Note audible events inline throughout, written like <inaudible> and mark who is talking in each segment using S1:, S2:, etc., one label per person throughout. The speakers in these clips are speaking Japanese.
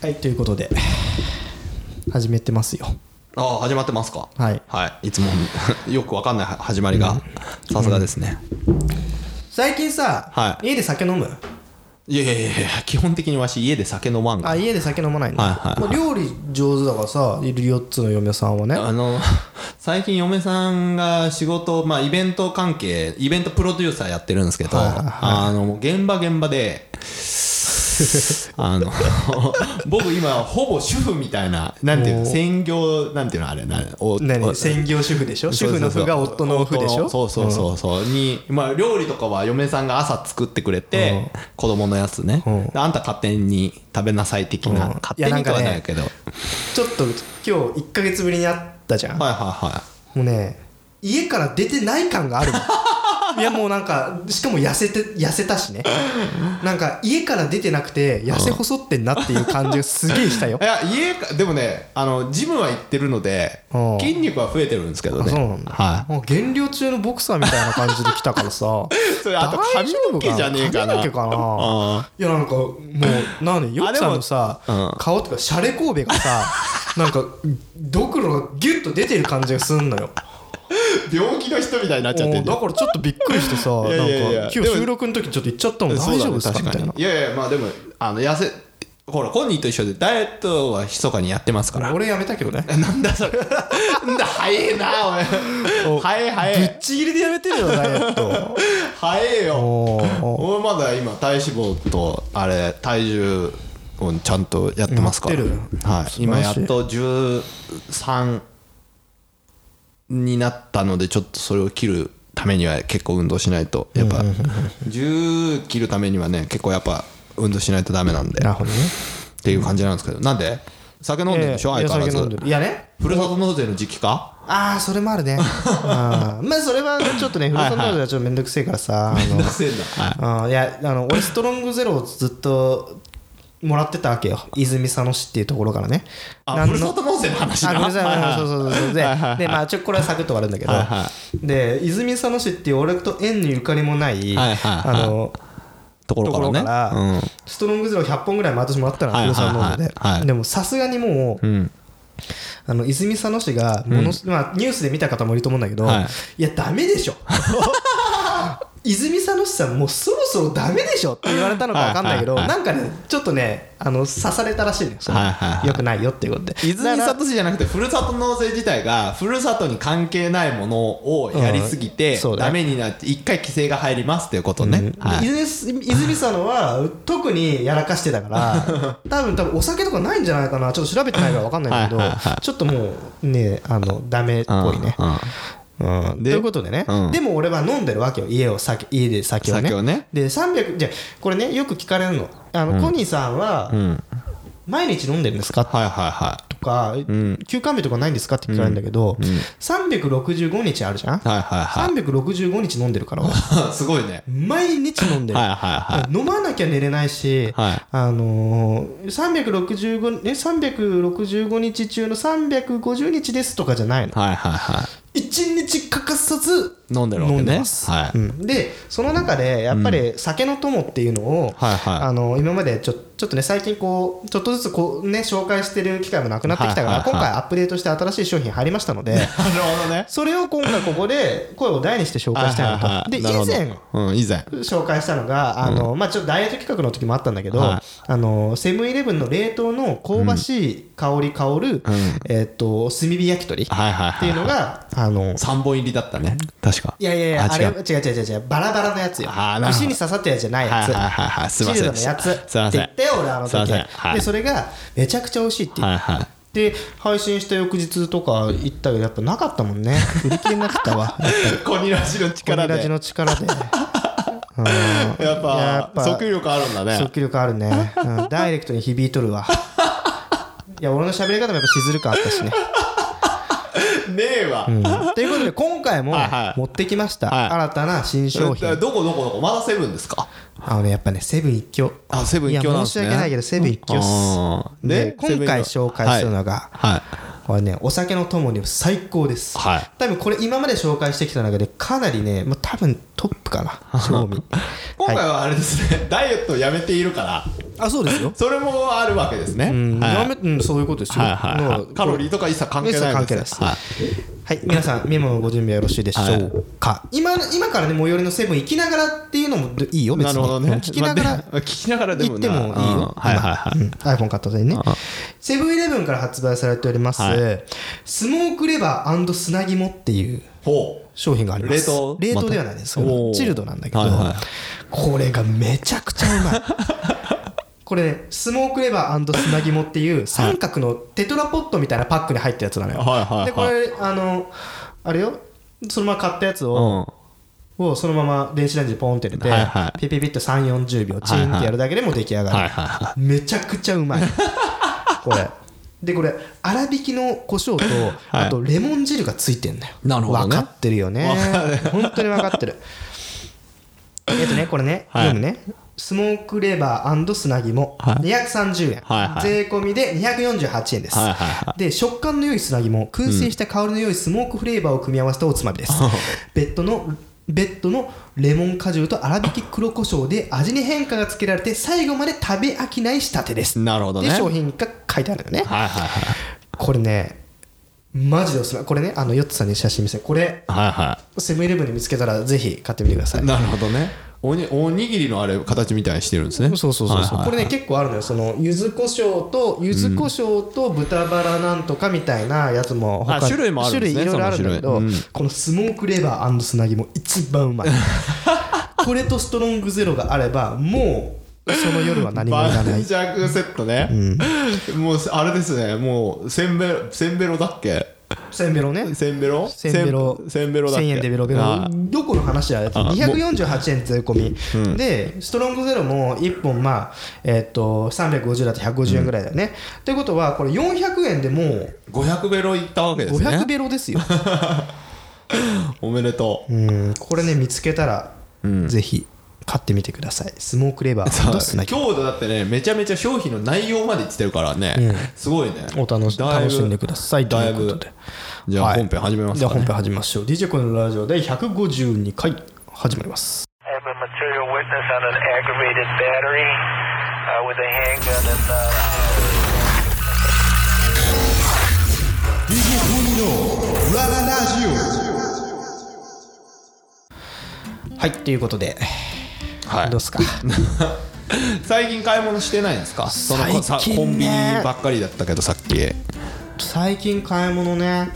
S1: はいということで始めてますよ
S2: ああ始まってますか
S1: はい
S2: はいいつも <laughs> よくわかんない始まりがさすがですね、
S1: 最近さ、
S2: はい
S1: 家で酒飲む
S2: いやいやいやいや基本的にわし家で酒飲まんか
S1: あ
S2: ら
S1: 家で酒飲まないの、
S2: はいはいはい
S1: もう料理上手だからさいる4つの嫁さんはね
S2: あの <laughs> 最近嫁さんが仕事まあイベント関係イベントプロデューサーやってるんですけど、
S1: はいはいはい
S2: あの現場現
S1: <laughs>
S2: 場であの僕今ほぼ主婦みたいななんていう
S1: お
S2: の
S1: ー
S2: 専業なんていうのあれなおお
S1: 何専業主婦でしょ主婦の
S2: そ
S1: 夫
S2: うそうそう
S1: が夫の夫でしょ
S2: そうそうそうそう、に、まあ、料理とかは嫁さんが朝作ってくれて、子供のやつね、
S1: うん
S2: であんた勝手に食べなさい的な、
S1: うん
S2: 勝
S1: い
S2: 手
S1: やな
S2: に
S1: ん
S2: と
S1: かね
S2: はないけど、
S1: ちょっと今日1か月ぶりに会ったじゃん、
S2: はいはいはい
S1: もうね家から出てない感がある
S2: <laughs>
S1: もんいやもうなんかしかも痩せて痩せたし
S2: <laughs>
S1: ねなんか家から出てなくて痩せ細ってんなっていう感じがすげえしたよ
S2: いや家かでもねあのジムは行ってるので
S1: うん
S2: 筋肉は増えてるんですけど
S1: あ
S2: ね
S1: そうなんだ、
S2: はい
S1: もう減量中のボクサーみたいな感じで来たからさ
S2: そ <laughs> れあと髪の毛じゃねえかな
S1: 大丈夫かな髪のいやなんかもう
S2: <laughs>
S1: なによくさんのさ、
S2: あでもうん
S1: 顔とかシャレ神戸がさ
S2: <laughs>
S1: なんかドクロがギュッと出てる感じがすんのよ
S2: うん病気の人みたいになっちゃっ
S1: も
S2: てる
S1: うだからちょっとびっくりしてさ
S2: いやいやいや
S1: なんか今日収録の時ちょっと行っちゃったもん
S2: そう
S1: 大
S2: だ
S1: 丈
S2: ね
S1: 夫ですかみ
S2: 確
S1: た
S2: か
S1: い
S2: に
S1: ない
S2: やいやまあでもあの痩せほらコニーと一緒でダイエットは密かにやってますから
S1: 俺やめたけどね
S2: なんだそれ。なんだ、早えな、おい。早え、早
S1: ぶっ
S2: え。
S1: ちぎりでやめてるよダイエット
S2: 早え
S1: <laughs>
S2: よ。
S1: おー
S2: 俺まだ今、体脂肪と、あれ、体重をちゃんとやってますから。
S1: やって
S2: はい。今、やっと13になったので、ちょっとそれを切るためには結構運動しないと。やっぱ、10切るためにはね、結構やっぱ、運動しないとダメなんで。
S1: な
S2: っ
S1: るほどね
S2: ていう感じなんですけど。なんで酒飲んでるでしょ、
S1: いや
S2: 相変わら
S1: 酒飲ん
S2: ず
S1: で。るいやね
S2: ふるさと納税の時期か
S1: ああそれもある
S2: <laughs>
S1: ねあーまあそれはちょっとねふるさと納税はちょっとめんどくせえからさあの
S2: <laughs> 出せんだ。はい。
S1: あーいやあの俺ストロングゼロをずっともらってたわけよ泉佐野市っていうところからね
S2: あ、
S1: 何
S2: ふ
S1: の
S2: るさと納税の話
S1: あ
S2: な。
S1: ごめんなさい
S2: はいはい
S1: そうそうそうそうででまあちょこれはサクッと終わるんだけど
S2: はいは
S1: で泉佐野市っていう俺と縁にゆかりもない
S2: はいはいはい
S1: あの
S2: とこと
S1: ころか
S2: うん
S1: ら。ストロングゼロ100本ぐらい毎年もらったの
S2: は
S1: ふる
S2: いはいはい
S1: さと納税
S2: は
S1: で
S2: い
S1: でもさすがにもう
S2: うん。
S1: あの泉佐野市がものす、まあ、ニュースで見た方もいると思うんだけど、、
S2: はい
S1: やダメで
S2: <laughs>
S1: しょ泉佐野市さんもうそろそろダメでしょって言われたのか分かんないけど、
S2: はいはいは
S1: なんかねちょっとねあの刺されたらしいのよ、その
S2: はいはいはい
S1: よくないよっていうことで
S2: 泉
S1: だから
S2: 里市じゃなくてふるさと納税自体がふるさとに関係ないものをやりすぎ
S1: うん
S2: て
S1: そうだね
S2: ダメになって一回規制が入りますっていうことね
S1: うん
S2: はい
S1: 泉泉佐野は特にやらかしてたから
S2: <laughs>
S1: 多分多分お酒とかないんじゃないかなちょっと調べてないから分かんないんだけど
S2: はいはいは
S1: ちょっともうねあのダメっぽいね
S2: うんうん
S1: うん、と
S2: で
S1: いうことでね、
S2: うん
S1: でも俺は飲んでるわけよ家を酒家で酒をね
S2: 酒をね
S1: で300じゃあこれねよく聞かれるのあの、コニーさんは
S2: うん
S1: 毎日飲んでるんですか
S2: はいはいは
S1: とか、
S2: ん
S1: 休館日とかないんですかって聞かれるんだけど、365日あるじゃん、
S2: いはいはい
S1: 365日飲んでるから俺
S2: はい <laughs> すごいね
S1: 毎日飲んでる、
S2: はいはいはい
S1: 飲まなきゃ寝れないし、
S2: はい
S1: あのー、365, ね365日中の350日ですとかじゃないの
S2: はいはいは
S1: 1日欠かさず
S2: い飲んでるわ
S1: 飲
S2: け
S1: んで
S2: ね
S1: ます、
S2: は
S1: う
S2: い
S1: んでその中でやっぱり酒の友っていうのを、
S2: はいはい
S1: あの今までちょちょっとね最近こうちょっとずつこうね紹介してる機会もなくなってきたから、
S2: はいはいはい
S1: 今回アップデートして新しい商品入りましたの
S2: <laughs>
S1: で
S2: なるほどね
S1: それを今回ここで声を大にして紹介したいなと、
S2: はいはいはいなるほど
S1: で以前
S2: うん以前
S1: 紹介したのがあの、まあ、ちょっとダイエット企画の時もあったんだけど、
S2: は
S1: あのセブンイレブンの冷凍の香ばしい香り香る、えっと炭火焼き鳥っ
S2: はいはいは
S1: て
S2: い
S1: いう
S2: はい
S1: のが、あの
S2: 3本入りだったね確か
S1: いやいやいや、あ
S2: あ
S1: れ
S2: 違
S1: は
S2: う
S1: 違う違う違う違う、バラバラのやつよ。
S2: あーなるほど
S1: 串に刺さったやつじゃない
S2: はい
S1: や
S2: は
S1: つ。
S2: いはいはいすいま
S1: シー
S2: せ
S1: ル
S2: ん
S1: ドのやつって
S2: すいません
S1: 言って俺あの
S2: すいま
S1: 時
S2: せんはい
S1: でそれがめちゃくちゃ美味しいって言って
S2: はいはい
S1: で配信した翌日とか行ったけどやっぱなかったもんね売り切れになってた
S2: <laughs>
S1: わ
S2: コニラジの
S1: コ
S2: 力
S1: ニ
S2: で
S1: ラジの力
S2: <laughs>
S1: で
S2: やっ
S1: や
S2: ぱ
S1: っぱ
S2: 即力あるんだね
S1: 即力ある
S2: <laughs>
S1: ね、うんダイレクトに響いとるわいや俺の喋り方もやっぱしずる感あったしね
S2: ねえわ、
S1: うんということで今回も
S2: はいはい
S1: 持ってきました、
S2: はい
S1: 新たな新商品
S2: どこどこどこまだセブンですか
S1: あのねやっぱねセブン一強
S2: あセブン一強なんですね
S1: いや申し訳ないけどセブン一強っ
S2: あ
S1: す
S2: ー
S1: で
S2: でセブン
S1: 今
S2: 一
S1: 回
S2: 強
S1: 紹介するのが、
S2: はい
S1: これねお酒のともに最高です、
S2: はい
S1: 多分これ今まで紹介してきた中でかなりね、まあ、
S2: <laughs>
S1: 多分トップかな賞味
S2: 今回はあれですね、ダイエットをやめているから
S1: あそうですよ、
S2: それもあるわけですね、
S1: うん
S2: はい、
S1: やめうん、そういうことですよ、
S2: はいはいはい
S1: もう
S2: カロリーとか一切関係ないん
S1: 一切
S2: ねは
S1: はい、皆さんメモのご準備はよろしいでしょうか、今今からね最寄りのセブン行きながらっていうのもいいよ
S2: い
S1: 別
S2: な
S1: に
S2: るほどね
S1: 聞きながら
S2: まあで聞きながらで
S1: 行
S2: も
S1: っ
S2: な
S1: てもいいよ、
S2: うんはいはいはい、
S1: うん、iPhone 買った時にねセブンイレブンから発売されております、
S2: は
S1: スモークレバー砂肝っていう
S2: ほう
S1: 商品があります
S2: 冷凍
S1: 冷凍ではないですけ
S2: また
S1: ど
S2: おー
S1: チルドなんだけど、
S2: はいはい
S1: これがめちゃくちゃう
S2: <laughs>
S1: まいこれねスモークレバー砂肝っていう三角のテトラポットみたいなパックに入ったやつなのよ、
S2: はいはいはい
S1: でこれあのあれよそのまま買ったやつを、
S2: うん
S1: をそのまま電子レンジでポンって入れて、
S2: はいはい
S1: ピピピッと3 4 0秒チンってやるだけでもう出来上がる、
S2: はいはいは
S1: めちゃくちゃう <laughs> まいこれでこれ粗挽きの胡椒と、
S2: はい
S1: あとレモン汁がついてんだよ
S2: なるほどね
S1: 分かってるよね本当に分かって
S2: <laughs>
S1: るえっとねこれね、
S2: はい
S1: 読むねスモークレバー砂肝、
S2: はい
S1: 230円、
S2: はいはい
S1: 税込みで248円です、
S2: はいはいは
S1: で食感の良い砂肝燻製した香りの良いスモークフレーバーを組み合わせたおつまみですベッドのベッドのレモン果汁と粗挽き黒胡椒で味に変化がつけられて最後まで食べ飽きない仕立てです
S2: いなるほどね
S1: で商品が書いてあるよね
S2: はいはいはい
S1: これねマジでおすすめこれねあのヨッツさんに写真見せこれ
S2: はいは
S1: セブンイレブンで見つけたらぜひ買ってみてください
S2: いなるほどねおにおにぎりのあれ形みたいにしてるんですね
S1: そうそうそうそう、
S2: はいはいはい
S1: これね結構あるのよその柚子胡椒と柚子胡椒と豚バラなんとかみたいなやつも
S2: あ種類もあるんですね
S1: 種類いろいろあるんだけど、
S2: その種類
S1: このスモークレバー砂肝一番う
S2: <laughs>
S1: まいこれとストロングゼロがあればもうその夜は何もいら
S2: バ
S1: な
S2: ン <laughs>
S1: い
S2: ジャクセットね、もうあれですねもうせんべろせんべろだっけ
S1: せんべろね
S2: せんべろ
S1: せんべろ
S2: せんべろだっ
S1: 1000
S2: け
S1: 円でベロベロ
S2: あ
S1: どこの話だよ
S2: あ
S1: 248円税込み、でストロングゼロも1本まあえっと350だと150円ぐらいだよね、ということはこれ400円でもう
S2: 500ベロいったわけです
S1: 500
S2: ね
S1: ベロですよ。
S2: おめでとう
S1: うん、これね見つけたら、ぜひ買ってみてください。スモークレ
S2: <laughs>
S1: バーとスナ
S2: 今
S1: ッ
S2: 日だってねめちゃめちゃ商品の内容まで言ってるからね、すごいね
S1: お楽し
S2: だいぶ
S1: 楽しんでくださいと
S2: だ
S1: い
S2: いう
S1: ことで
S2: ぶ。じゃ
S1: は
S2: あ
S1: い
S2: 本編始めます
S1: じゃあ
S2: か、ね
S1: 本編始めましょう。DJ コのラジオで152回始まります。
S3: I have a material witness on an aggravated battery uh, with a handgun and. Uh
S4: DJ トミーの裏ララジオ
S1: はい、ということで、
S2: はい
S1: どうっすか。
S2: 最近買い物してないんですかそのこさ
S1: 最近ね
S2: コンビニばっかりだったけどさっき
S1: 最近買い物ね。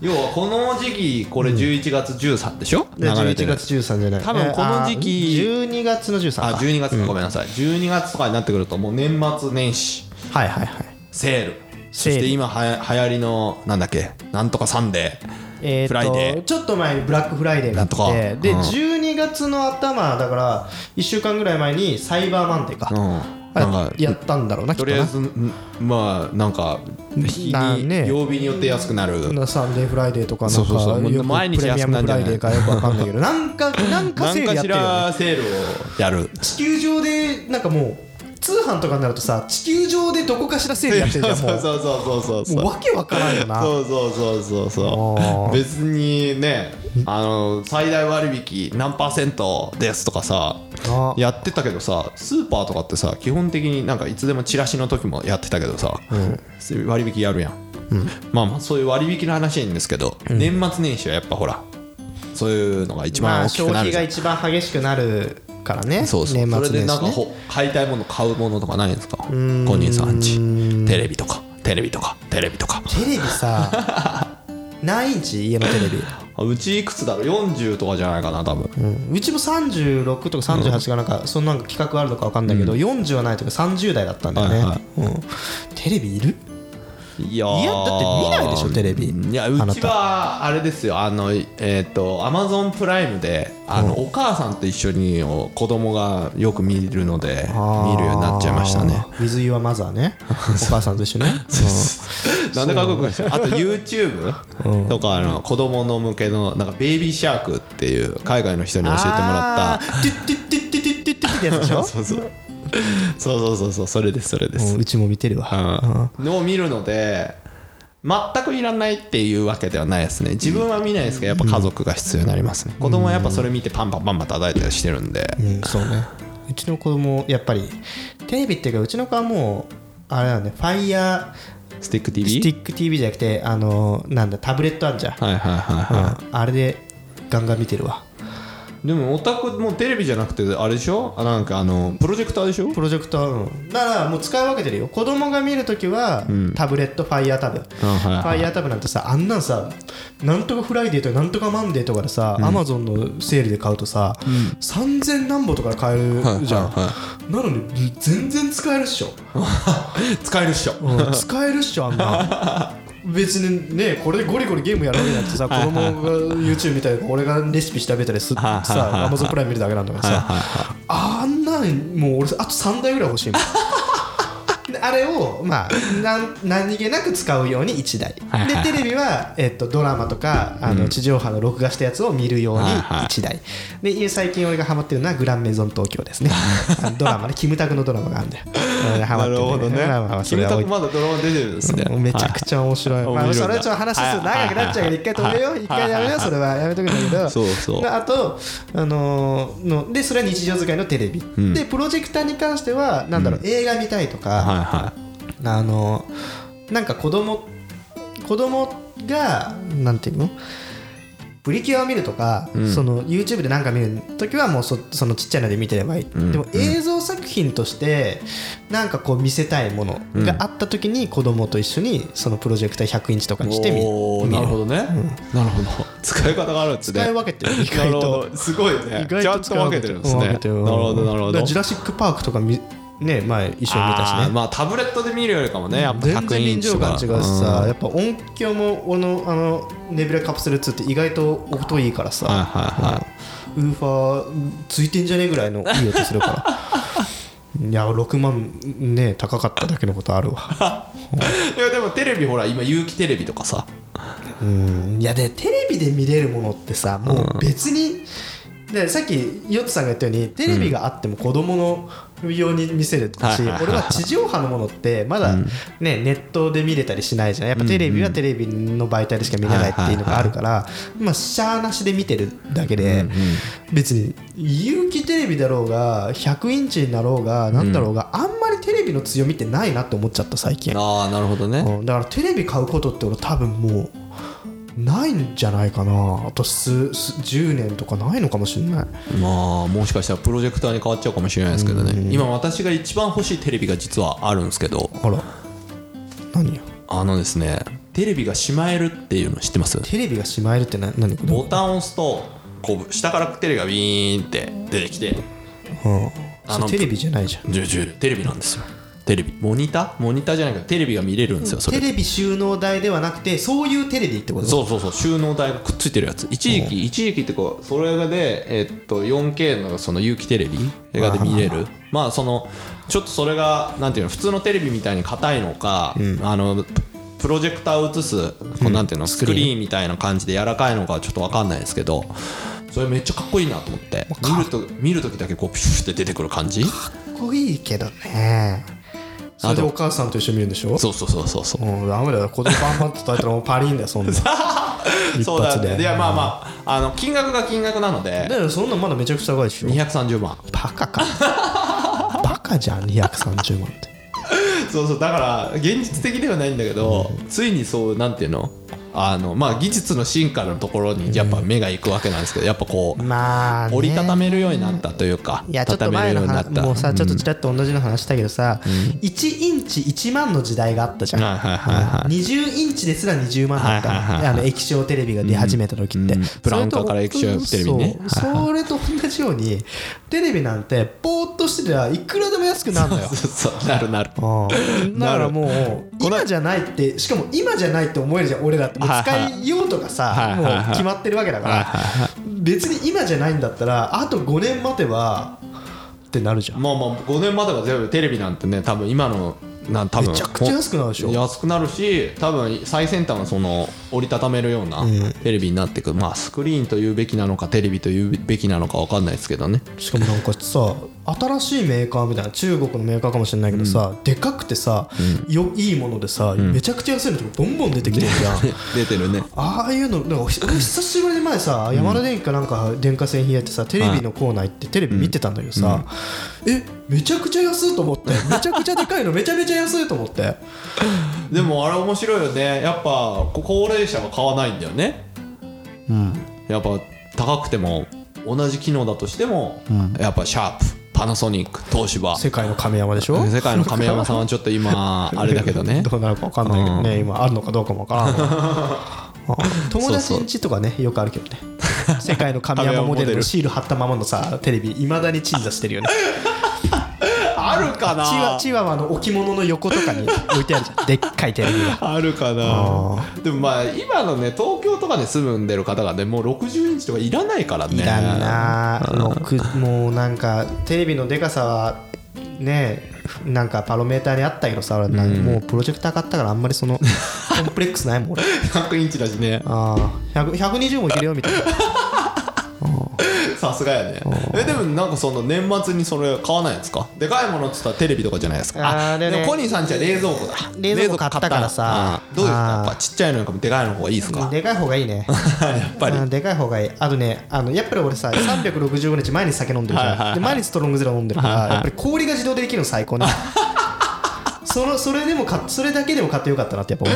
S2: 要はこの時期これ11月13でしょ、
S1: で
S2: 流れて
S1: 11
S2: る
S1: 月13じゃない。
S2: 多分この時期
S1: えーあー12月の13
S2: あ
S1: か。
S2: 12月か、ごめんなさい12月とかになってくるともう年末年始
S1: はいはいはい。
S2: セール
S1: セール
S2: そして今はや流行りのなんだっけなんとかサンデー、
S1: えーと
S2: フライデー
S1: ちょっと前にブラックフライデーがあって
S2: なんとか
S1: で、
S2: うん
S1: 12月の頭だから1週間ぐらい前にサイバーマンデーか、
S2: うん
S1: あれ
S2: なんか
S1: やったんだろうなきっ
S2: と
S1: と
S2: りあえ
S1: な
S2: ずんまあなんか日
S1: な
S2: に、
S1: ね
S2: 曜日によって安くなる、
S1: サンデーフライデーとかなんか
S2: そうそうそうもう
S1: よく
S2: 毎日
S1: プレミアムフライデーかよくわかんないけ
S2: <laughs>
S1: どなんかなんか
S2: な
S1: セ
S2: ん
S1: ール
S2: か
S1: やっ
S2: し
S1: る
S2: て
S1: よね
S2: らセールをやる
S1: 地球上でなんかもう通販とかになるとさ地球上でどこかしらセールやってるじゃんも
S2: <laughs> <laughs> そう
S1: う
S2: そうそうそうそう
S1: もうわけわからんよな
S2: そうそうそうそうそ
S1: あー
S2: う別にねあの最大割引何パーセントですとかさ
S1: あ
S2: やってたけどさスーパーとかってさ基本的になんかいつでもチラシの時もやってたけどさ、割引やるやん、まあまあそういう割引の話はいいんですけど、年末年始はやっぱほらそういうのが一
S1: ま
S2: 番
S1: あ
S2: 大き
S1: 消
S2: くな
S1: 費
S2: るじゃ
S1: が
S2: ん、
S1: 一番激しくなるからね
S2: そうそう、
S1: 年末
S2: それで
S1: 年
S2: なん
S1: 始
S2: か
S1: ね
S2: ほ買いたいもの買うものとかないんですか購入産地テレビとかテレビとかテレビとか
S1: テレビさ何インチ家のテレビ
S2: あうちいくつだろう40とかじゃないかな多分、
S1: うちも36とか38がなんか、そんなんか企画あるのか分かんないけど、40はないとか30代だったんだよね、
S2: はいは
S1: うん、テレビいる
S2: いやー
S1: いやだって見ないでしょテレビ
S2: いや
S1: あ
S2: う
S1: なた
S2: ちはあれですよあのえっ、とアマゾンプライムであの、お母さんと一緒にを子供がよく見るので見るようになっちゃいましたね
S1: あー With your mother ねお母さんと一緒ね、
S2: なんでかっこよくないですかあと YouTube とかあの子供の向けのなんかベイビーシャークっていう海外の人に教えても
S1: あ
S2: らっ
S1: ートゥットゥットゥットゥットゥットゥッってやつでしょ
S2: たそうそうそうそうそうそうそれですそれです
S1: うんうちも見てるわ、
S2: うんのを見るので全くいらないっていうわけではないですね自分は見ないですけどやっぱ家族が必要になりますね子供はやっぱそれ見てパンパンパンパン叩いたりしてるんで
S1: うんそうねうちの子供やっぱりテテレビっていうかうちの子はもうあれなんだねファイヤ
S2: スティック
S1: ーステ
S2: TV?
S1: ィック TV じゃなくてあのなんだタブレットあんじゃん、
S2: はいはいはいは
S1: うんあれでガンガン見てるわ
S2: い。でもオタクもテレビじゃなくてあれでしょあなんかあのプロジェクターでしょ
S1: プロジェクター、うん、だからもう使い分けてるよ子供が見るときは、タブレットファイヤータブフ
S2: はいはい
S1: ァイヤータブなんてさあんなんさなんとかフライデーとかなんとかマンデーとかでさ、アマゾンのセールで買うとさ、3000何本とかで買えるじゃん、
S2: はいは
S1: なのに全然使えるっしょ、
S2: 使えるっしょ。
S1: うん使えるっしょあんな別にねこれでゴリゴリゲームやるわけじゃなくてさ子供が YouTube 見たり俺がレシピ調べたりす
S2: はいはいはい
S1: さ Amazon プライム見るだけなんだからさあんなんもう俺あと3台ぐらい欲
S2: <laughs>
S1: しいもんであれをまあなん何気なく使うように1台
S2: はいはいはい
S1: でテレビは、えっと、ドラマとかあの地上波の録画したやつを見るように
S2: はいはい
S1: 1台で最近俺がハマってるのはグランメゾン東京
S2: <laughs>
S1: ですねあのドラマねキムタクのドラマがあるんだよ俺がハマ
S2: な
S1: って
S2: るほど
S1: んだよまあまあまあ
S2: ね。
S1: そ
S2: キ
S1: れ
S2: ム
S1: は
S2: タ
S1: 置い
S2: クまだドラマ出てるんですね。
S1: めちゃくちゃ面白い。
S2: はい
S1: まあ、
S2: 面
S1: そ
S2: 白いんだ
S1: れはちょっと話すと長くなっちゃうから、一回止めよう。一回やめよう。それはやめとくんだけど。
S2: そうそう
S1: であと、あのーの、で、それは日常使いのテレビ。で、プロジェクターに関しては、なんだろう、映画見たいと
S2: はい
S1: か、
S2: はい。
S1: あのー、なんか子供、子供が、なんていうのプリキュアを見るとか、その YouTube でなんか見るときはもうそそのちっちゃいので見てればいい、でも映像作品としてなんかこう見せたいものがあったときに子供と一緒にそのプロジェクター100インチとかにしてみ
S2: おー
S1: 見
S2: なるほ
S1: る
S2: どね、なるほど使い方があるんですね
S1: 使い分けてる意
S2: な
S1: 外
S2: るほ
S1: と
S2: どすごいね
S1: 意外
S2: ちゃ
S1: と
S2: んと分けてるんですねな
S1: 分
S2: る
S1: けてる
S2: ほどなる
S1: だ
S2: ほ
S1: か
S2: ど
S1: らジュラシック・パークとかみね前一緒に見たし
S2: あー
S1: ね
S2: まあタブレットで見るよりかもねやっぱ
S1: 全
S2: 100
S1: 然
S2: イ
S1: 臨
S2: ンチ
S1: 場
S2: とか
S1: 感違うしさ、やっぱ音響もこのあのネビュラカプセル2って意外と音いいからさ、
S2: はいはいは
S1: うんウーファーついてんじゃねえぐらいのいい音する
S2: <laughs>
S1: からいや6万ね高かっただけのことあるわ
S2: いやでもテレビほら今有機テレビとかさ
S1: うんいやでテレビで見れるものってさもう別に、でさっきヨットさんが言ったようにテレビがあっても子供の用に見せるし、
S2: はいはいはい
S1: 俺は地上波のものってまだ、ねネットで見れたりしないじゃんやっぱテレビはテレビの媒体でしか見れないっていうのがあるから、まあ、しゃーなしで見てるだけで、別に有機テレビだろうが100インチになろうがなんだろうが、あんまりテレビの強みってないなって思っちゃった最近。
S2: ああなるほどね
S1: うんだからテレビ買うことって俺多分もうないんじゃないかなあと数数10年とかないのかもしれない
S2: まあもしかしたらプロジェクターに変わっちゃうかもしれないですけどね今私が一番欲しいテレビが実はあるんですけど
S1: あら何よ
S2: あのですねテレビがしまえるっていうの知ってます
S1: テレビがしまえるってな何これ
S2: ボタンを押すとこう下からテレビがウィーンって出てきて
S1: うん
S2: あ
S1: そ
S2: の
S1: れテレビじゃないじゃん
S2: じゅじゅテレビなんですよテレビモニターモニターじゃないけどテレビが見れるんですよそれ
S1: テレビ収納台ではなくてそういうテレビってこと
S2: そうそうそう収納台がくっついてるやつ一時期一時期ってこうそれで、えっと 4K のその有機テレビ映画で見れるまあそのちょっとそれがなんていうの普通のテレビみたいに硬いのか、あのプロジェクターを映すこうなんていうのスクリーンみたいな感じで柔らかいのかちょっと分かんないですけどそれめっちゃかっこいいなと思って見ると見る時だけこうピシュって出てくる感じ
S1: かっこいいけどねそれでお母さんと一緒に見るんでしょ
S2: そうそうそうそうそう
S1: もうダメだよ子供バンバンって叩いたらもうパリーンだよそんな一
S2: そうだ
S1: 発
S2: ね
S1: で
S2: いやまあまああの金額が金額なので
S1: だからそんなんまだめちゃくちゃ高いでしょ
S2: 230万
S1: バカかバカじゃん230万って
S2: そうそうだから現実的ではないんだけど、ついにそうなんていうのあのまあ技術の進化のところにやっぱ目が行くわけなんですけどやっぱこう、
S1: まあ、ね、
S2: 折りたためるようになったというか、
S1: いやちょっと
S2: 畳め
S1: 前
S2: るよう
S1: の
S2: にな
S1: 話
S2: った
S1: もうさちょっとちらっと同じの話したけどさ、1インチ1万の時代があったじゃん、
S2: はいはいはいはい
S1: 20インチですら20万だった、
S2: はいはいはいはい
S1: あの液晶テレビが出始めた時って、
S2: うんうん
S1: それと
S2: ブラウン管から液晶テレビね
S1: そう
S2: はいはい
S1: それと同じようにテレビなんてぼーっとしてりゃいくらでも安くなるのよ
S2: <laughs> そうそうなるなる
S1: うんだからもう
S2: この
S1: 今じゃないってしかも今じゃないって思えるじゃん俺らってもう
S2: はい
S1: 使
S2: はい
S1: ようとか
S2: はい
S1: さ
S2: はいはい
S1: もう決まってるわけだから別に今じゃないんだったらあと5年待てばってなるじゃん
S2: まあまあ5年までは全部テレビなんてね多分今のなん多分
S1: めちゃくちゃ安くなるでしょ
S2: 安くなるし多分最先端はその折りたためるようなテレビになってくる、まあスクリーンというべきなのかテレビというべきなのか分かんないですけどね
S1: しかもなんかさ新しいメーカーみたいな中国のメーカーかもしれないけどさ、でかくてさ、よいいものでさ、めちゃくちゃ安いのとかボンボン出てきてるじゃん
S2: 出てるね
S1: ああいうのなんか <laughs> ひ俺久しぶりに前さ山田電機かなんか電化製品やってさテレビのコーナー行ってテレビ見てたんだけどさ、えめちゃくちゃ安いと <laughs> 思ってめちゃくちゃでかいのめちゃめちゃ安いと思って
S2: でもあれ面白いよねやっぱこ高齢者は買わないんだよねやっぱ高くても同じ機能だとしても、やっぱシャープパナソニック東芝
S1: 世界の亀山でしょ
S2: 世界の亀山さんはちょっと <laughs> 今あれだけど
S1: <laughs>
S2: ね
S1: どうなるか分かんないけどね、今あるのかどうかも分から <laughs> んわうん友達ん家とかねよくあるけどね世界の神山モデルのシール貼ったままのさテレビいまだに鎮座してるよね
S2: あるか
S1: チワ
S2: な
S1: チワワの置物の横とかに置いてあるじゃ <laughs> んでっかいテレビが
S2: あるかなでもまあ今のね東京とかに住んでる方がねもう60インチとかいらないからね
S1: いらんなろくもうなんかテレビのでかさはねなんかパロメーターにあったけどさ、なんかもうプロジェクター買ったからあんまりそ
S2: <laughs>
S1: のコンプレックスないもん俺
S2: 100インチだしね
S1: <laughs> ああ100 120もいけるよみたいな
S2: <laughs> さすがやねえでもなんかその年末にそれ買わないんですかでかいものっつったらテレビとかじゃないですか
S1: あーでね
S2: もコニーさんちは冷蔵庫だ
S1: 冷蔵庫買ったからさ
S2: 冷蔵庫買ったなあーどうですか
S1: あ
S2: や
S1: ー
S2: っぱちっちゃいのよりかもでかいの方がいいですか
S1: でかい方がいいね
S2: やっぱり
S1: うんでかい方がいいあとねあのやっぱり俺さ365日毎日酒飲んでるじゃん、
S2: はいはいはい
S1: で毎日ストロングゼロ飲んでるから、やっぱり氷が自動でできるの最
S2: <laughs>
S1: 高ねそのそれでもかそれだけでも買ってよかったなってやっぱ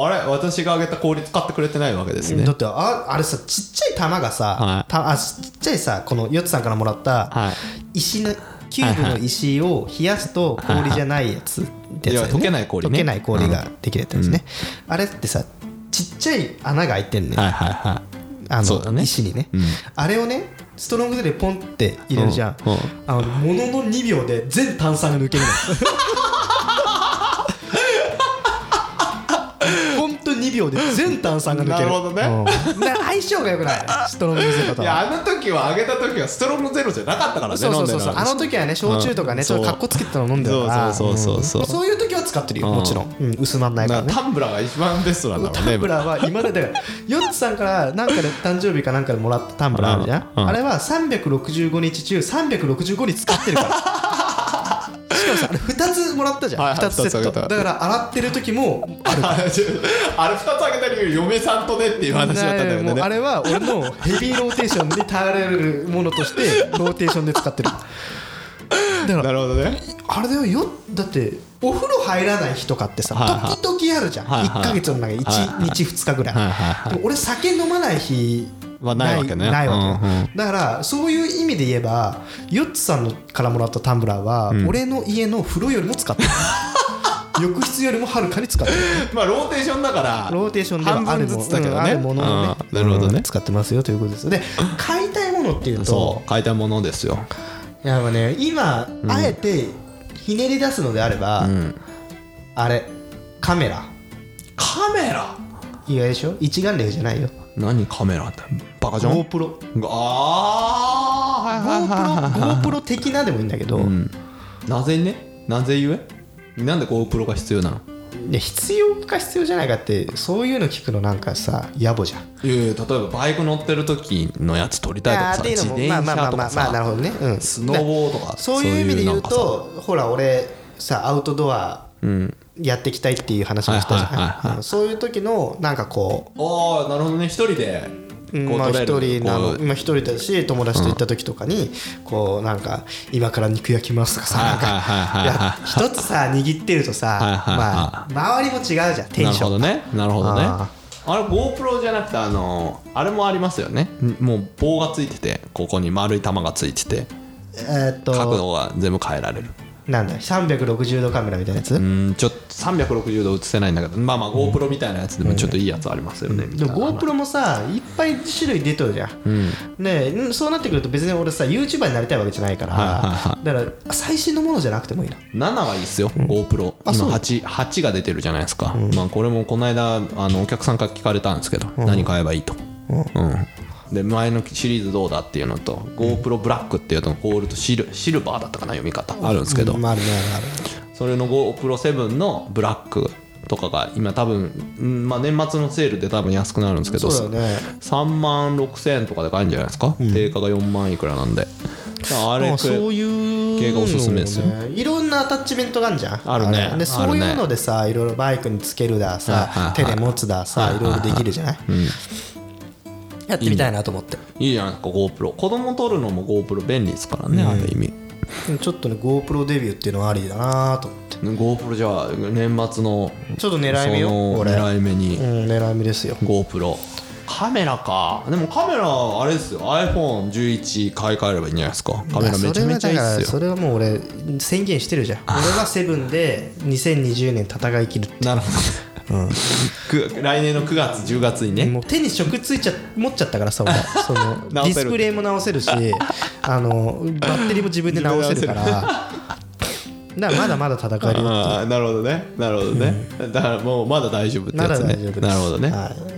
S1: 思う
S2: あれ私があげた氷使ってくれてないわけですね
S1: だってああれさちっちゃい玉がさ、
S2: はい
S1: たあちっちゃいさこのヨッツさんからもらった、
S2: は
S1: 石のキューブの石を冷やすと氷じゃないやつってやつだよね、
S2: いや溶けない氷ね
S1: 溶けない氷ができるやつですね、あれってさちっちゃい穴が開いてんね、
S2: はいはいはい
S1: あ
S2: そうだ
S1: の
S2: ね
S1: 石にね、あれをねストロングゼロでポンって入れるじゃん、
S2: うんうん
S1: あのものの2秒で全炭酸が抜け
S2: <laughs>
S1: るのほんと2秒で全炭酸が抜ける
S2: なるほどね
S1: うんな相性が良くないストロングゼロと
S2: い
S1: は
S2: やあの時はあげた時はストロングゼロじゃなかったからね
S1: そうそうそうそう
S2: 飲んでる
S1: あ
S2: の
S1: の時はね焼酎とかね、
S2: うん
S1: ちょっとかっこつけてたの飲んでるから
S2: そうそうそうそうん
S1: そういう時は使ってるよ、
S2: うん
S1: もちろん、うん、薄まんないから
S2: なん
S1: ね
S2: かタンブラーが一番ベストなんだろうね
S1: タンブラーは今までだ
S2: <laughs>
S1: からヨッツさんからなんかで誕生日かなんかでもらったタンブラーあるじゃん、
S2: うんうん
S1: あれは365日中365日使って
S2: <laughs>
S1: るからしかもさあれ2つもらったじゃん、
S2: はいはい
S1: 2つセッ
S2: 二つあ
S1: ト
S2: げた
S1: だから洗ってる時もある
S2: あれ2つあげた理由嫁さんとねっていう話だったんだけ
S1: も
S2: ど
S1: うあ
S2: ね
S1: れは俺のヘビーローテーションに耐えられるものとしてローテーションで使ってる
S2: なるほどね
S1: あれだよよだってお風呂入らない日とかってさ、
S2: はいはい
S1: 時々あるじゃん、
S2: はいはい
S1: 1ヶ月の中で1日2日ぐらい,、
S2: はいはいは
S1: でも俺酒飲まない日
S2: はないわけね
S1: ないわけよ
S2: うんう
S1: だからそういう意味で言えばヨッツさんのからもらったタンブラーは、俺の家の風呂よりも使
S2: <laughs>
S1: ってる浴室よりもはるかに使ってる
S2: まあローテーションだから
S1: ローテーションではあ
S2: 半
S1: る
S2: 分
S1: も
S2: ず
S1: の
S2: つだけ
S1: うん
S2: ど
S1: あ
S2: ね
S1: るものをね
S2: うんなるほど
S1: う
S2: ね
S1: ん使ってますよということですで買いたいものっていうと
S2: そう買いたいものですよ
S1: いやっぱね今、あえてひねり出すのであれば、あれカメラ
S2: カメラ
S1: 意外でしょ一眼レフじゃないよ
S2: 何カメラってバカじゃん
S1: GoPro
S2: ああはいはいはい
S1: GoPro GoPro 的なでもいいんだけど、
S2: なぜねなぜゆえなんで GoPro が必要なの
S1: いや必要か必要じゃないかってそういうの聞くのなんかさ野暮じゃん
S2: いやいや例えばバイク乗ってる時のやつ撮りたいとかさ
S1: ってい
S2: 自
S1: うの
S2: 転
S1: もまあま
S2: 車
S1: あ
S2: と
S1: ま
S2: か
S1: あまあなる
S2: さ
S1: ほどね、うん、
S2: スノボーとか
S1: そういう意味で言う
S2: そういう
S1: とほら俺さアウトドアやっていきたいっていう話をしたじ
S2: はいはいはい
S1: ゃ
S2: はい
S1: んうんそういう時のなんかこう
S2: ああなるほどね一人で
S1: うんまあ一人な
S2: こ
S1: の
S2: う
S1: 今一人だし友達と行った時とかにこうなんか今から肉焼きますとかさ
S2: はい
S1: なん
S2: はいはいはいはい
S1: か一つさ握ってるとさ
S2: はいはい
S1: まあ
S2: は
S1: 周りも違うじゃんテンション
S2: なるほどねなるほどね
S1: あ
S2: あれ GoPro じゃなくてあのあれもありますよねもう棒がついててここに丸い玉がついてて
S1: えーっ
S2: 角
S1: と
S2: 度が全部変えられる
S1: なんだ360度カメラみたいなやつ
S2: うんちょっと360度映せないんだけどまあまあ GoPro みたいなやつでもちょっといいやつありますよねみ
S1: で
S2: たいな
S1: も GoPro もさいっぱい種類出とるじゃん、ねえうんそうなってくると別に俺さ YouTuber になりたいわけじゃないから、
S2: はいはいは
S1: だから最新のものじゃなくてもいいな
S2: 7はいいっすよ GoPro
S1: あそう
S2: 今 8, 8が出てるじゃないですか、まあ、これもこの間あのお客さんから聞かれたんですけど、何買えばいいと、うん、で前のシリーズどうだっていうのと GoPro ブラックっていうのとゴールドシルシルバーだったかな読み方あるんですけど、
S1: まああるねある
S2: それの GoPro7 のブラックとかが今多分、うんまあ、年末のセールで多分安くなるんですけど
S1: そうだね
S2: 3万6000円とかで買えるんじゃないですか、定価が4万いくらなんでだからあ
S1: あるま
S2: れ
S1: あ
S2: く
S1: そういう
S2: 系がおすすめですよ
S1: そういうのねいろんなアタッチメントがあるじゃん
S2: あるね
S1: れで
S2: あ
S1: そ
S2: る
S1: う
S2: ね
S1: いうのでさいろいろバイクにつけるだ
S2: はいはい
S1: さ
S2: はい
S1: 手で持つださいろいろできるじゃないやってみたいなと思って
S2: いいじゃないですか GoPro 子供撮るのも GoPro 便利ですからね、ある意味
S1: でもちょっとね GoPro デビューっていうのはありだなと思って
S2: GoPro じゃあ年末の
S1: ちょっと狙い目よ
S2: その
S1: 俺
S2: 狙い目に
S1: うん狙い目ですよ
S2: GoPro カメラかでもカメラあれですよ iPhone11 買い替えればいいんじゃないですかカメラめちゃめちゃいい
S1: まあ
S2: っす
S1: そ
S2: よ
S1: れはだからそれはもう俺宣言してるじゃん俺はセブンで2020年戦い切るって
S2: なるほど、く来年の9月10月にね
S1: もう手に食ついちゃ持っちゃったからさ <laughs> 俺そのデ
S2: 直せ
S1: ィ
S2: る
S1: スプレイも直 <laughs> せるしあのバッテリーも自分で直せるからだからまだまだ戦えるよ
S2: ああなるほどねなるほどね、だからもうまだ大丈夫ってやつ
S1: ま
S2: ね
S1: だ大丈夫です
S2: なるほどね、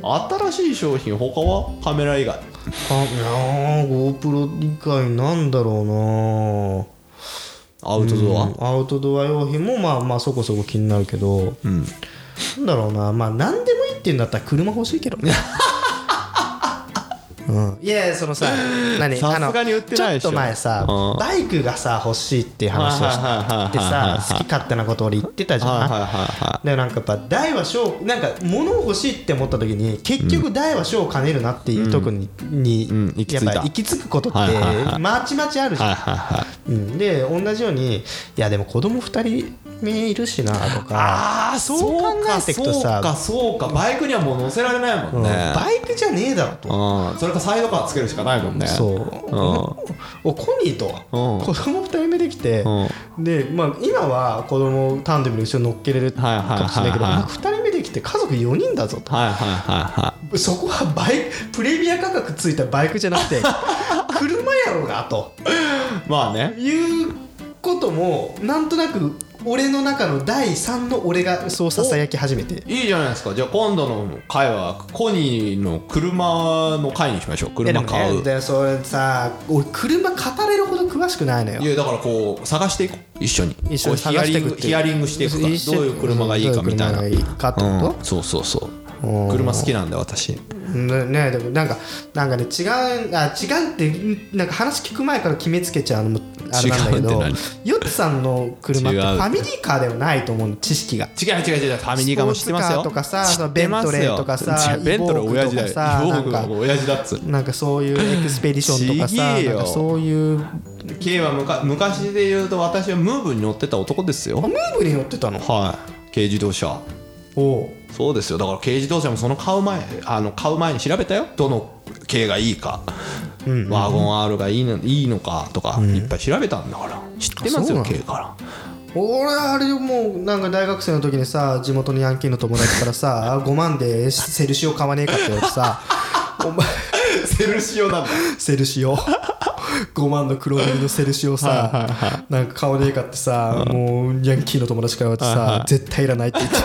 S1: は
S2: 新しい商品他はカメラ以外
S1: あいやー GoPro 以外なんだろうな
S2: アウトドア、
S1: アウトドア用品もまあまあそこそこ気になるけど、なんだろうなまあ何でもいいって言うんだったら車欲しいけどね <laughs> うん、いやいやそのさ何
S2: さすがに売ってないでしょ
S1: あのちょっと前さ、
S2: うん
S1: バイクがさ欲しいっていう話を
S2: はいはいはいはい
S1: してさ好き勝手なこと俺言ってたじ
S2: はい
S1: ゃ
S2: はい
S1: ん
S2: はいはい
S1: でなんかやっぱ大は小なんか物を欲しいって思った時に結局大は小を兼ねるなっていうとこに,、に
S2: うん行き着い
S1: やったぱ行き着くことって、
S2: はいはいはい
S1: まちまちあるじゃん、
S2: はいはいは
S1: う
S2: い
S1: ん、で同じようにいやでも子供二人目いるしなとか
S2: ああそう考えていくとさそうかそうかバイクにはもう乗せられないもんね、
S1: バイクじゃねえだろと
S2: うん、それかサイドカーつけるしかないもんね
S1: そう、
S2: ん
S1: おコニーと
S2: うん
S1: 子供二人目できて、で、まあ、今は子供タンデムに後ろ乗っけれる
S2: はいはいはいはい
S1: かもしれないけど、二人目できて家族4人だぞと
S2: はいはいはいは
S1: そこはバイクプレミア価格ついたバイクじゃなく
S2: <laughs>
S1: て車やろうがと
S2: いまあね
S1: いうこともなんとなく俺の中の第3の俺がそうささやき始めて
S2: いいじゃないですかじゃあ今度の会はコニーの車の会にしましょう
S1: いやで
S2: 車
S1: も
S2: 買う、
S1: ねでそれさ俺車語れるほど詳しくないの
S2: い
S1: よ
S2: やだからこう探していこう一緒に
S1: 一緒に
S2: こうヒ
S1: 探
S2: ア
S1: し
S2: リ
S1: てい
S2: ン
S1: く
S2: グ
S1: っていう
S2: ヒアリングしていくか
S1: 一緒に
S2: どういう車がいいかみたいな
S1: どういう車がいいかってこと
S2: うんそうそうそう
S1: うん
S2: 車好きなんで私
S1: ねねでもなんかなんかね違うあ違うってんなんか話聞く前から決めつけちゃうのもあれなんだけ
S2: 違う
S1: ど
S2: って
S1: ヨッツさんの車って
S2: 違
S1: フ
S2: う
S1: ァミリーカーではないと思うの知識が。
S2: 違う違う違うファミリーカーも知ってますよ
S1: スポーツカーとかさ
S2: 知ってます
S1: ベ
S2: よ
S1: ントレーとかさ
S2: 違うベントレー親父だよ
S1: イ
S2: イ
S1: ヴォーグとかさ
S2: ヴォーグはもう親父だっつう
S1: なんかそういうエクスペディションとかさ
S2: ちげえ
S1: な
S2: よ
S1: んかそういうあ
S2: K はむか昔で言うと私はムーブに乗ってた男ですよ
S1: ムーブに乗ってたの
S2: はい軽自動車
S1: おう
S2: そうですよだから軽自動車もその買う前あの買う前に調べたよどの軽がいいか、ワーゴン R がいいのいいのかとか、いっぱい調べたんだから知ってま
S1: あ
S2: す
S1: そう
S2: よ
S1: なの
S2: 軽から
S1: 俺あれもうなんか大学生の時にさ地元のヤンキーの友達から
S2: <laughs>
S1: さ5万でセルシオ買わねえかって言われてさお前
S2: セルシオなんだ
S1: セルシオ5万の黒塗りのセルシオさなんか買わねえかってさもうヤンキーの友達から言われてさ絶対いらないって言って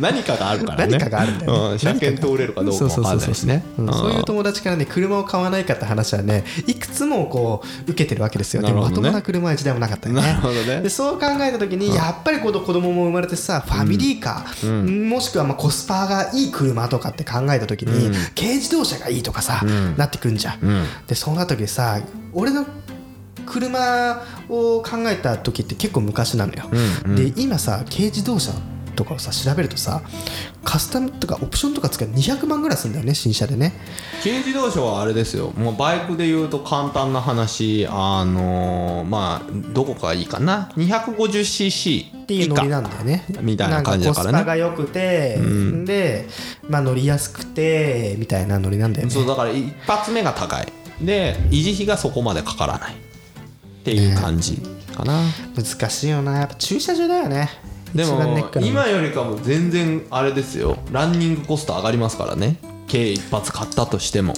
S2: 何かがあるからね
S1: 何かがあるんだよね
S2: うん、車検通れるかどうかわかんないしね
S1: うんそうい
S2: ん
S1: う友達からね車を買わないかって話はねいくつもこう受けてるわけですよ、
S2: な
S1: で
S2: る
S1: も
S2: ほど
S1: ま
S2: ね
S1: ともな車は時代もなかったよね
S2: なるほどね
S1: でそう考えた時にやっぱりこの子供も生まれてさファミリーカー、もしくはまあコスパがいい車とかって考えた時に、軽自動車がいいとかさ、なってくんじゃん、でそうなった時にさ俺の車を考えた時って結構昔なのよ、で今さ軽自動車とかをさ調べるとさカスタムとかオプションとかつけて200万ぐらいするんだよね新車でね
S2: 軽自動車はあれですよもうバイクで言うと簡単な話あのーまあどこがいいかな 250cc
S1: っていうノリなんだよね
S2: みたいな感じだからね
S1: なんコスパが良くて、で、まあ、乗りやすくてみたいなノリなんだよね
S2: そうだから一発目が高いで維持費がそこまでかからないっていう感じかな、
S1: 難しいよなやっぱ駐車場だよね
S2: で
S1: 一番ネ
S2: も
S1: ックなの
S2: 今よりかも全然あれですよランニングコスト上がりますからね計一発買ったとしても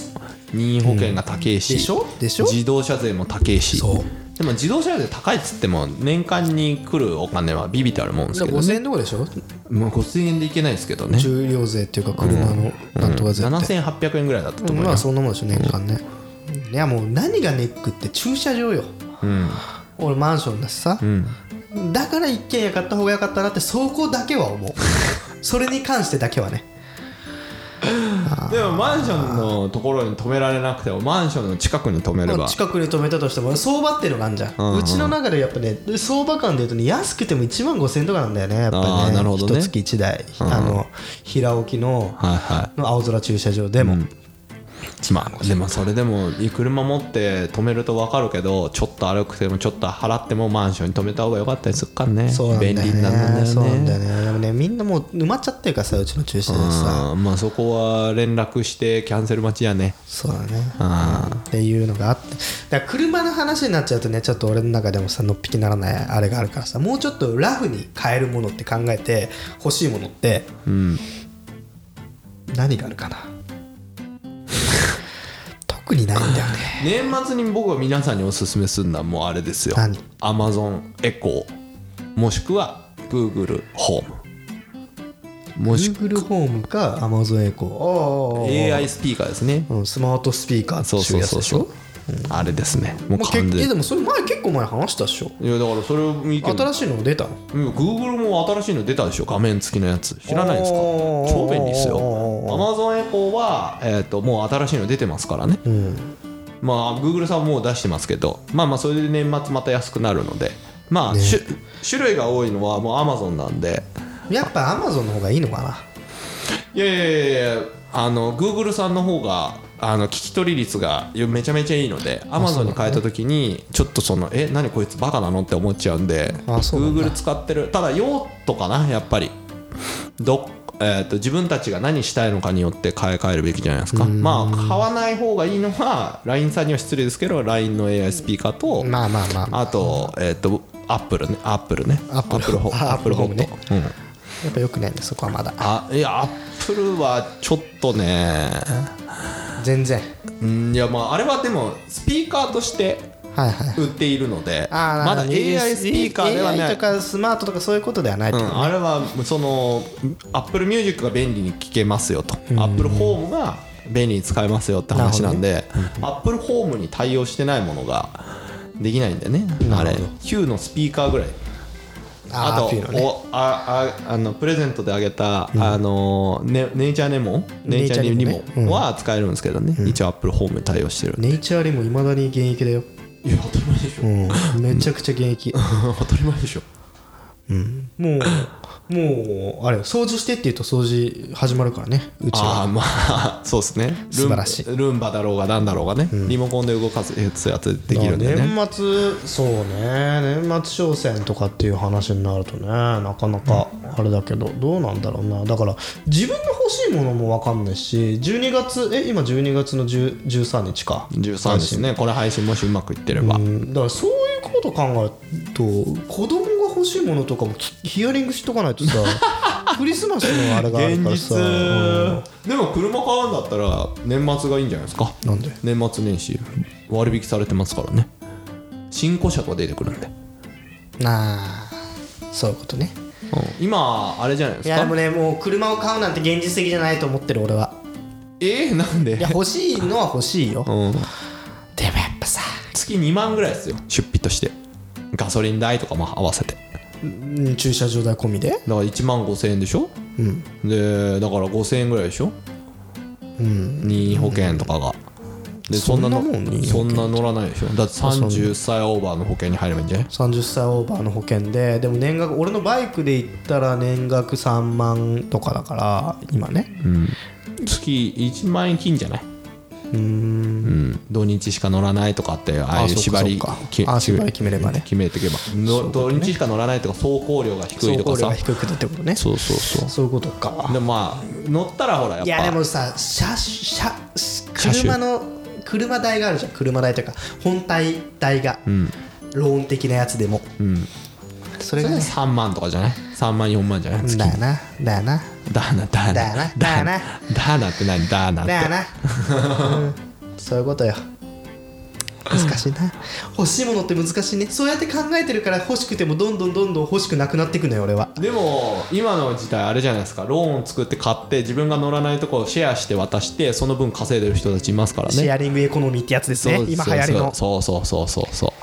S2: 任意保険が高いし、
S1: でしょでしょ
S2: 自動車税も高いし
S1: そ
S2: でも自動車税高いっつっても年間に来るお金はビビたるもんですけど
S1: 5000
S2: ね
S1: 円とかでしょ
S2: もう5000円でいけないですけどね
S1: 重量税っていうか車のなんとか税って、
S2: 7800円ぐらいだったと思い
S1: ま
S2: ま
S1: あ
S2: す、
S1: そんなもんでしょ年間ね、いやもう何がネックって駐車場よ、俺マンションだしさ、だから一軒家買った方が
S2: <laughs>
S1: 良かったなってそこだけは思うそれに関してだけはねな
S2: でもマンションのところに止められなくてもマンションの近くに止めれば
S1: 近くに止めたとしても相場っていうのがあるじゃん、う
S2: うんうん
S1: ちの中でやっぱね相場感でいうとね安くても1万5000とかなんだよねやっぱり
S2: あ
S1: ね
S2: ーなるほどね
S1: 一月1台、あの平置きの,、
S2: はいは
S1: の青空駐車場でも、
S2: いまあでもそれでも車持って止めると分かるけどちょっと歩くてもちょっと払ってもマンションに止めた方が良かったりするからね
S1: そうなんだよ
S2: 便
S1: ね
S2: 利になるんだよね
S1: そうなんだよねでもねみんなもう埋まっちゃってるからさうちの駐車場さ、
S2: うんまあそこは連絡してキャンセル待ちやね
S1: そうだね、
S2: あ
S1: っていうのがあってだから車の話になっちゃうとねちょっと俺の中でもさのっぴきならないあれがあるからさもうちょっとラフに買えるものって考えて欲しいものって
S2: うん
S1: 何があるかな <laughs> 特にないんだよね
S2: 年末に僕は皆さんにおすすめするのはもうあれですよ
S1: 何
S2: Amazon エコーもしくは Google ホームもしく
S1: Google ホームか Amazon エコー
S2: AI スピーカーですね
S1: うん、スマートスピーカーって
S2: そう
S1: い
S2: そうう
S1: やつ
S2: そう
S1: でし
S2: そ
S1: ょ
S2: うあれですねもう
S1: まあ
S2: 完
S1: 結
S2: 全
S1: でもそれ前結構前話したっしょ
S2: いやだからそれを見ても
S1: 新しいの出たの
S2: うん Google も新しいの出たでしょ画面付きのやつ知らないですか
S1: おー
S2: 超便利ですよ
S1: おー
S2: Amazon エコーは、えー、ともう新しいの出てますからね、まあ Google さんはもう出してますけどまあまあそれで年末また安くなるのでまあ、しゅ種類が多いのはもう Amazon なんで
S1: やっぱ Amazon の方がいいのかない
S2: やいやいやいやあの Google さんの方があの聞き取り率がめちゃめちゃいいので Amazon に変えた時にちょっとそのえ何こいつバカなのって思っちゃうんで
S1: あそうなんだ
S2: Google 使ってるただ用途かなやっぱりど、えー、と自分たちが何したいのかによって買い替えるべきじゃないですかまあ買わない方がいいのは LINE さんには失礼ですけど LINE の AI スピーカーと
S1: まあまあまあ、まあ、
S2: あとえっ、とアップルねアップルね
S1: アップル
S2: ホ
S1: あ
S2: アップルホ
S1: アップルホーム
S2: ッ
S1: ね
S2: ト、うん
S1: やっぱよくないんだそこはまだ
S2: あいやアップルはちょっとね
S1: 全然
S2: うんいやまああれはでもスピーカーとして
S1: はいはい
S2: 売っているので
S1: あー
S2: ま
S1: な
S2: だ
S1: るほど
S2: AI スピーカーでは
S1: AI
S2: ない、
S1: とかスマートとかそういうことではないって
S2: う
S1: こと
S2: ん、あれはそのアップルミュージックが便利に聴けますよとアップルホームが便利に使えますよって話なんでアップルホームに対応してないものができないんだよねあれ Q のスピーカーぐらいあ
S1: あー
S2: と
S1: っていうのね
S2: おあああのプレゼントであげた、あのね、ネイチャーネモネイチャー
S1: ネイチャーネ
S2: ネ
S1: モね
S2: モは使えるんですけどね、一応アップルホームに対応してる、
S1: ネイチャーリもいまだに現役だよ、
S2: いや当たり前でしょ
S1: うん、めちゃくちゃ現役
S2: 当たり前でしょ
S1: もうもうあれ掃除してって言うと掃除始まるからねうち
S2: あ
S1: は
S2: あまあ <laughs> そうですねルン
S1: 素晴らしい
S2: ルンバだろうがなんだろうがね、リモコンで動かすやつやつできるんでね
S1: 年末そうね年末商戦とかっていう話になるとねなかなかあれだけどどうなんだろうなだから自分の欲しいものも分かんないし12月え今12月の10 13日か
S2: 13ですねこれ配信もしうまくいってれば、
S1: うんだからそういうこと考えると子供が欲しいものとかもきヒアリングしとかないと <laughs> さクリスマスのあれがある
S2: 現
S1: から
S2: 実
S1: さ、うん
S2: でも車買うんだったら年末がいいんじゃないですか
S1: なんで
S2: 年末年始割引されてますからね新古車が出てくるんで、
S1: なあそういうことね
S2: 今あれじゃないで
S1: い
S2: す
S1: やでも
S2: か
S1: ねもう車を買うなんて現実的じゃないと思ってる俺は
S2: えー、なんで
S1: い <laughs> や欲しいのは欲しいよで
S2: う
S1: もや
S2: ん、
S1: っぱさ
S2: 月2万ぐらいですよ出費としてガソリン代とかも合わせてだ
S1: うん駐車場代込みで
S2: から1万5000円でしょ、でだから5000円ぐらいでしょ、任意保険とかが、でそんなの
S1: そんなもん任意保
S2: そん
S1: 険
S2: な乗らないでしょだって30歳オーバーの保険に入ればいいんじゃない
S1: 30歳オーバーの保険ででも年額俺のバイクで言ったら年額3万とかだから今ね
S2: 月1万円金じゃないうん土日しか乗らないとかってああいう
S1: あそうか
S2: 縛り
S1: そうか
S2: き
S1: あ縛り決めればね
S2: 決めていけばの土日しか乗らないとか走行量が低い
S1: 走行
S2: とか
S1: 量
S2: さ
S1: が低くてってことね
S2: そうそうそう
S1: そういうことか
S2: でもまあ乗ったらほらやっぱ
S1: いやでもさ車車
S2: 車種
S1: 車の車代があるじゃん車代というか本体代が、ローン的なやつでも、それ
S2: そ
S1: が
S2: れ
S1: ね
S2: 3万とかじゃない3万4万じゃない月
S1: だよなだよな
S2: ダーナダーナ
S1: だよな
S2: ダー
S1: だよ
S2: ナダーナって何ダーナっ
S1: だよ
S2: て
S1: な、うんそういうことよ難しいな欲しいものって難しいねそうやって考えてるから欲しくてもどんどんどんどん欲しくなくなっていくのよ俺は
S2: でも今の時代あれじゃないですかローン作って買って自分が乗らないとこをシェアして渡してその分稼いでる人たちいますからね
S1: シェアリングエコノミーってやつですね
S2: そう
S1: 今流行りの
S2: そうそうそうそうそう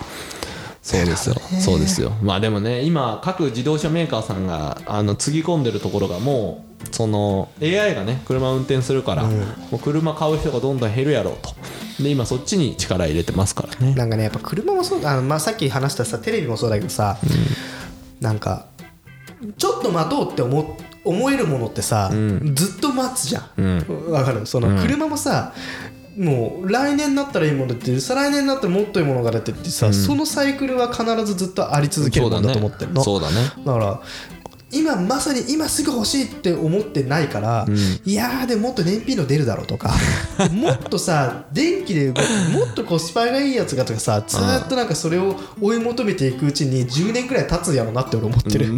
S2: そうですよそうですよまあでもね今各自動車メーカーさんがあのつぎ込んでるところがもうその AI がね車を運転するから、もう車買う人がどんどん減るやろうとで今そっちに力入れてますからね
S1: なんかねやっぱ車もそうだあの、まあ、さっき話したさテレビもそうだけどさ、なんかちょっと待とうって思思えるものってさ、ずっと待つじゃん、わかるその車もさ、もう来年になったらいいものだって再来年になったらもっといいものが出てってさ、そのサイクルは必ずずっとあり続けるもんだと思ってるの
S2: そうだねそうだね
S1: だから今まさに今すぐ欲しいって思ってないから、いやーでもっと燃費の出るだろうと
S2: <laughs>
S1: かもっとさ電気で動くもっとコスパがいいやつがとかさずーっとなんかそれを追い求めていくうちに10年くらい経つやろうなって俺思ってる、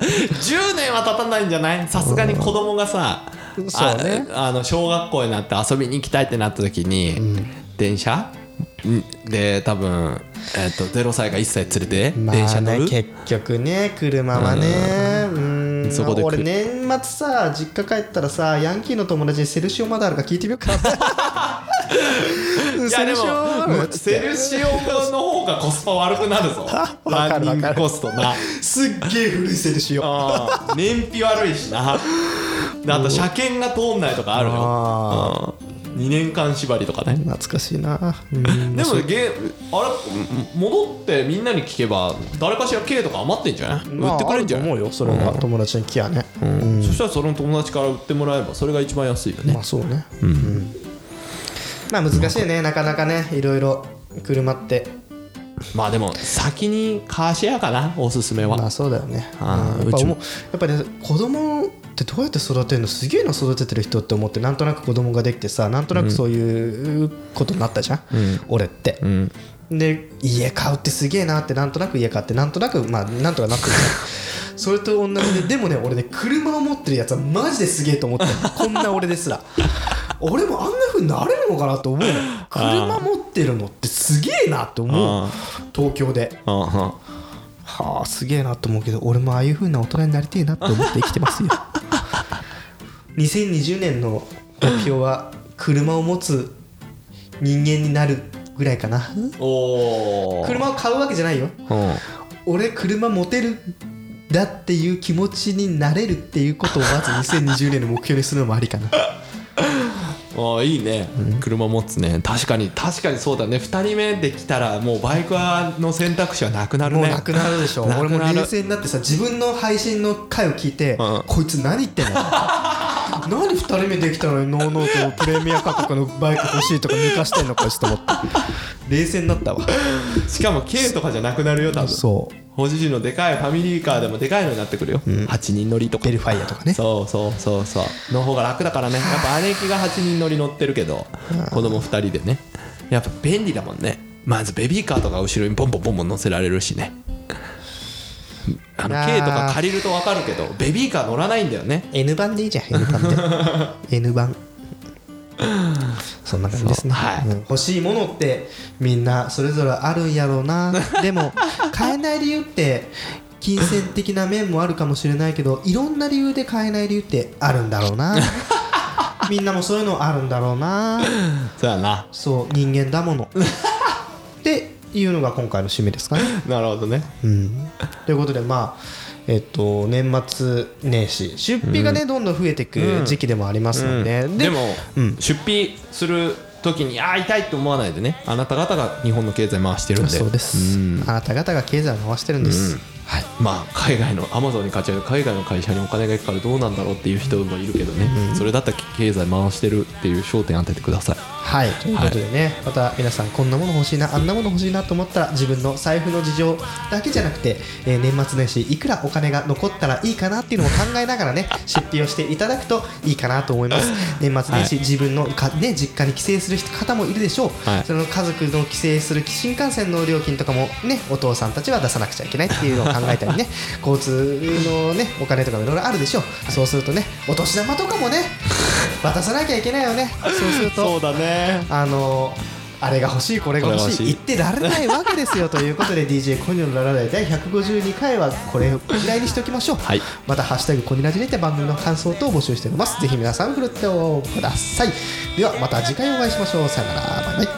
S2: 10年は経たないんじゃないさすがに子供がさ、
S1: うんそうね
S2: ああの小学校になって遊びに行きたいってなった時に、電車んで多分、えっと0歳か1歳連れて
S1: ま
S2: 電車
S1: あ
S2: 乗
S1: ね
S2: る、
S1: 結局ね車はねうん
S2: そこで来る
S1: 俺年末さ実家帰ったらさヤンキーの友達にセルシオまだあるか聞いてみよう
S2: <laughs>
S1: か
S2: いやでも
S1: ある
S2: うんセルシオの方がコスパ悪くなるぞ
S1: <laughs> わか
S2: ラン
S1: る
S2: ニ
S1: わ
S2: ン
S1: か
S2: グ
S1: る
S2: コストな
S1: すっげえ古いセルシオ
S2: あー燃費悪いしなであと車検が通んないとかあるよ2年間縛りとかね
S1: 懐かしいな、うん
S2: でもゲーあれ戻ってみんなに聞けば誰かしら K とか余ってんじゃない、売ってくれんじゃ
S1: まああると思う
S2: ない
S1: よそれは友達に来やね
S2: うんそしたらその友達から売ってもらえばそれが一番安いよね、
S1: まあそうねうんまあ難しいねなかなかねいろいろ車って
S2: まあでも先にカーシェアかなおすすめは、
S1: まあそうだよねうん
S2: あー
S1: やっぱ
S2: うち
S1: 思
S2: も
S1: うやっぱね子供ってどうやって育てるのすげえの育ててる人って思ってなんとなく子供ができてさなんとなくそういうことになったじゃん、俺って、
S2: ん
S1: で家買うってすげえなってなんとなく家買ってなんとなくまあなんとかなってるじゃ
S2: <laughs>
S1: んそれと同じででもね俺ね車を持ってるやつはマジですげえと思ってるこんな俺ですら俺もあんな風になれるのかなと思うの車持ってるのってすげえなって思う
S2: あ
S1: 東京で
S2: うんうん
S1: はあすげえなと思うけど俺もああいう風な大人になりてえなって思って生きてます <laughs> よ2020年の目標は車を持つ人間になるぐらいかな
S2: おお、
S1: 車を買うわけじゃないよ
S2: うん、
S1: 俺車持てるだっていう気持ちになれるっていうことをまず2020年の目標にするのもありかな
S2: ああいいね、車持つね確かに確かにそうだね2人目できたらもうバイクはの選択肢はなくなるね
S1: もうなくなるでしょ
S2: なくな
S1: 俺
S2: る
S1: も冷静になってさ自分の配信の回を聞いて、
S2: うん
S1: こいつ何言ってんの <laughs> 何2人目できたのにノーノーとプレミア価格のバイク欲しいとか抜かしてんのかちょっと思って冷静になったわ
S2: しかも軽とかじゃなくなるよ多分
S1: そ
S2: ご主人のでかいファミリーカーでもでかいのになってくるよ、8人乗りと
S1: う
S2: か
S1: ベルファイアとかね
S2: そうそうそうそうの方が楽だからねやっぱ姉貴が8人乗り乗ってるけど子供2人でねやっぱ便利だもんねまずベビーカーとか後ろにボンボンボンボン乗せられるしねあの
S1: あー
S2: K とか借りると分かるけどベビーカー乗らないんだよね
S1: N 版でいいじゃん N 版
S2: <laughs>
S1: で N 版そんな感じですね、
S2: そうはい
S1: うん欲しいものってみんなそれぞれあるんやろう
S2: <laughs>
S1: なでも買えない理由って金銭的な面もあるかもしれないけどいろんな理由で買えない理由ってあるんだろう
S2: <laughs>
S1: なみんなもそういうのあるんだろうな
S2: そうやな
S1: そう人間だも
S2: <laughs>
S1: のっていうのが今回の締めですかね
S2: なるほどね
S1: うんということでまあえっと年末年始出費がね、どんどん増えていく時期でもありますので、
S2: うんでも、
S1: うん
S2: 出費する時にああ痛いって思わないでねあなた方が日本の経済回してるんで
S1: そうです、
S2: ん
S1: あなた方が経済を回してるんです、はい
S2: まあ海外のアマゾンに買っちゃうと海外の会社にお金がいくからどうなんだろうっていう人もいるけどね、それだったら経済回してるっていう焦点当ててください
S1: はい、ということでね、また皆さんこんなもの欲しいなあんなもの欲しいなと思ったら自分の財布の事情だけじゃなくて、えー年末年始いくらお金が残ったらいいかなっていうのも考えながら
S2: <laughs>
S1: ね出費をしていただくといいかなと思います年末年始、自分のか、ね、実家に帰省する人方もいるでしょう、
S2: はい
S1: その家族の帰省する新幹線の料金とかもねお父さんたちは出さなくちゃいけないっていうのを考えたりね
S2: <laughs>
S1: 交通のねお金とかもいろいろあるでしょうそうするとねお年玉とかもね
S2: <laughs>
S1: 渡さなきゃいけないよねそうすると
S2: うだね
S1: あのあれが欲しいこれが欲しい言ってられないわけですよということで <laughs> DJ コニョのララライ第152回はこれぐらいにしておきましょう、
S2: はい
S1: また「ハッシュタグコニラジ」でて番組の感想等を募集しておりますぜひ皆さんふるってくださいではまた次回お会いしましょうさよならバイバイ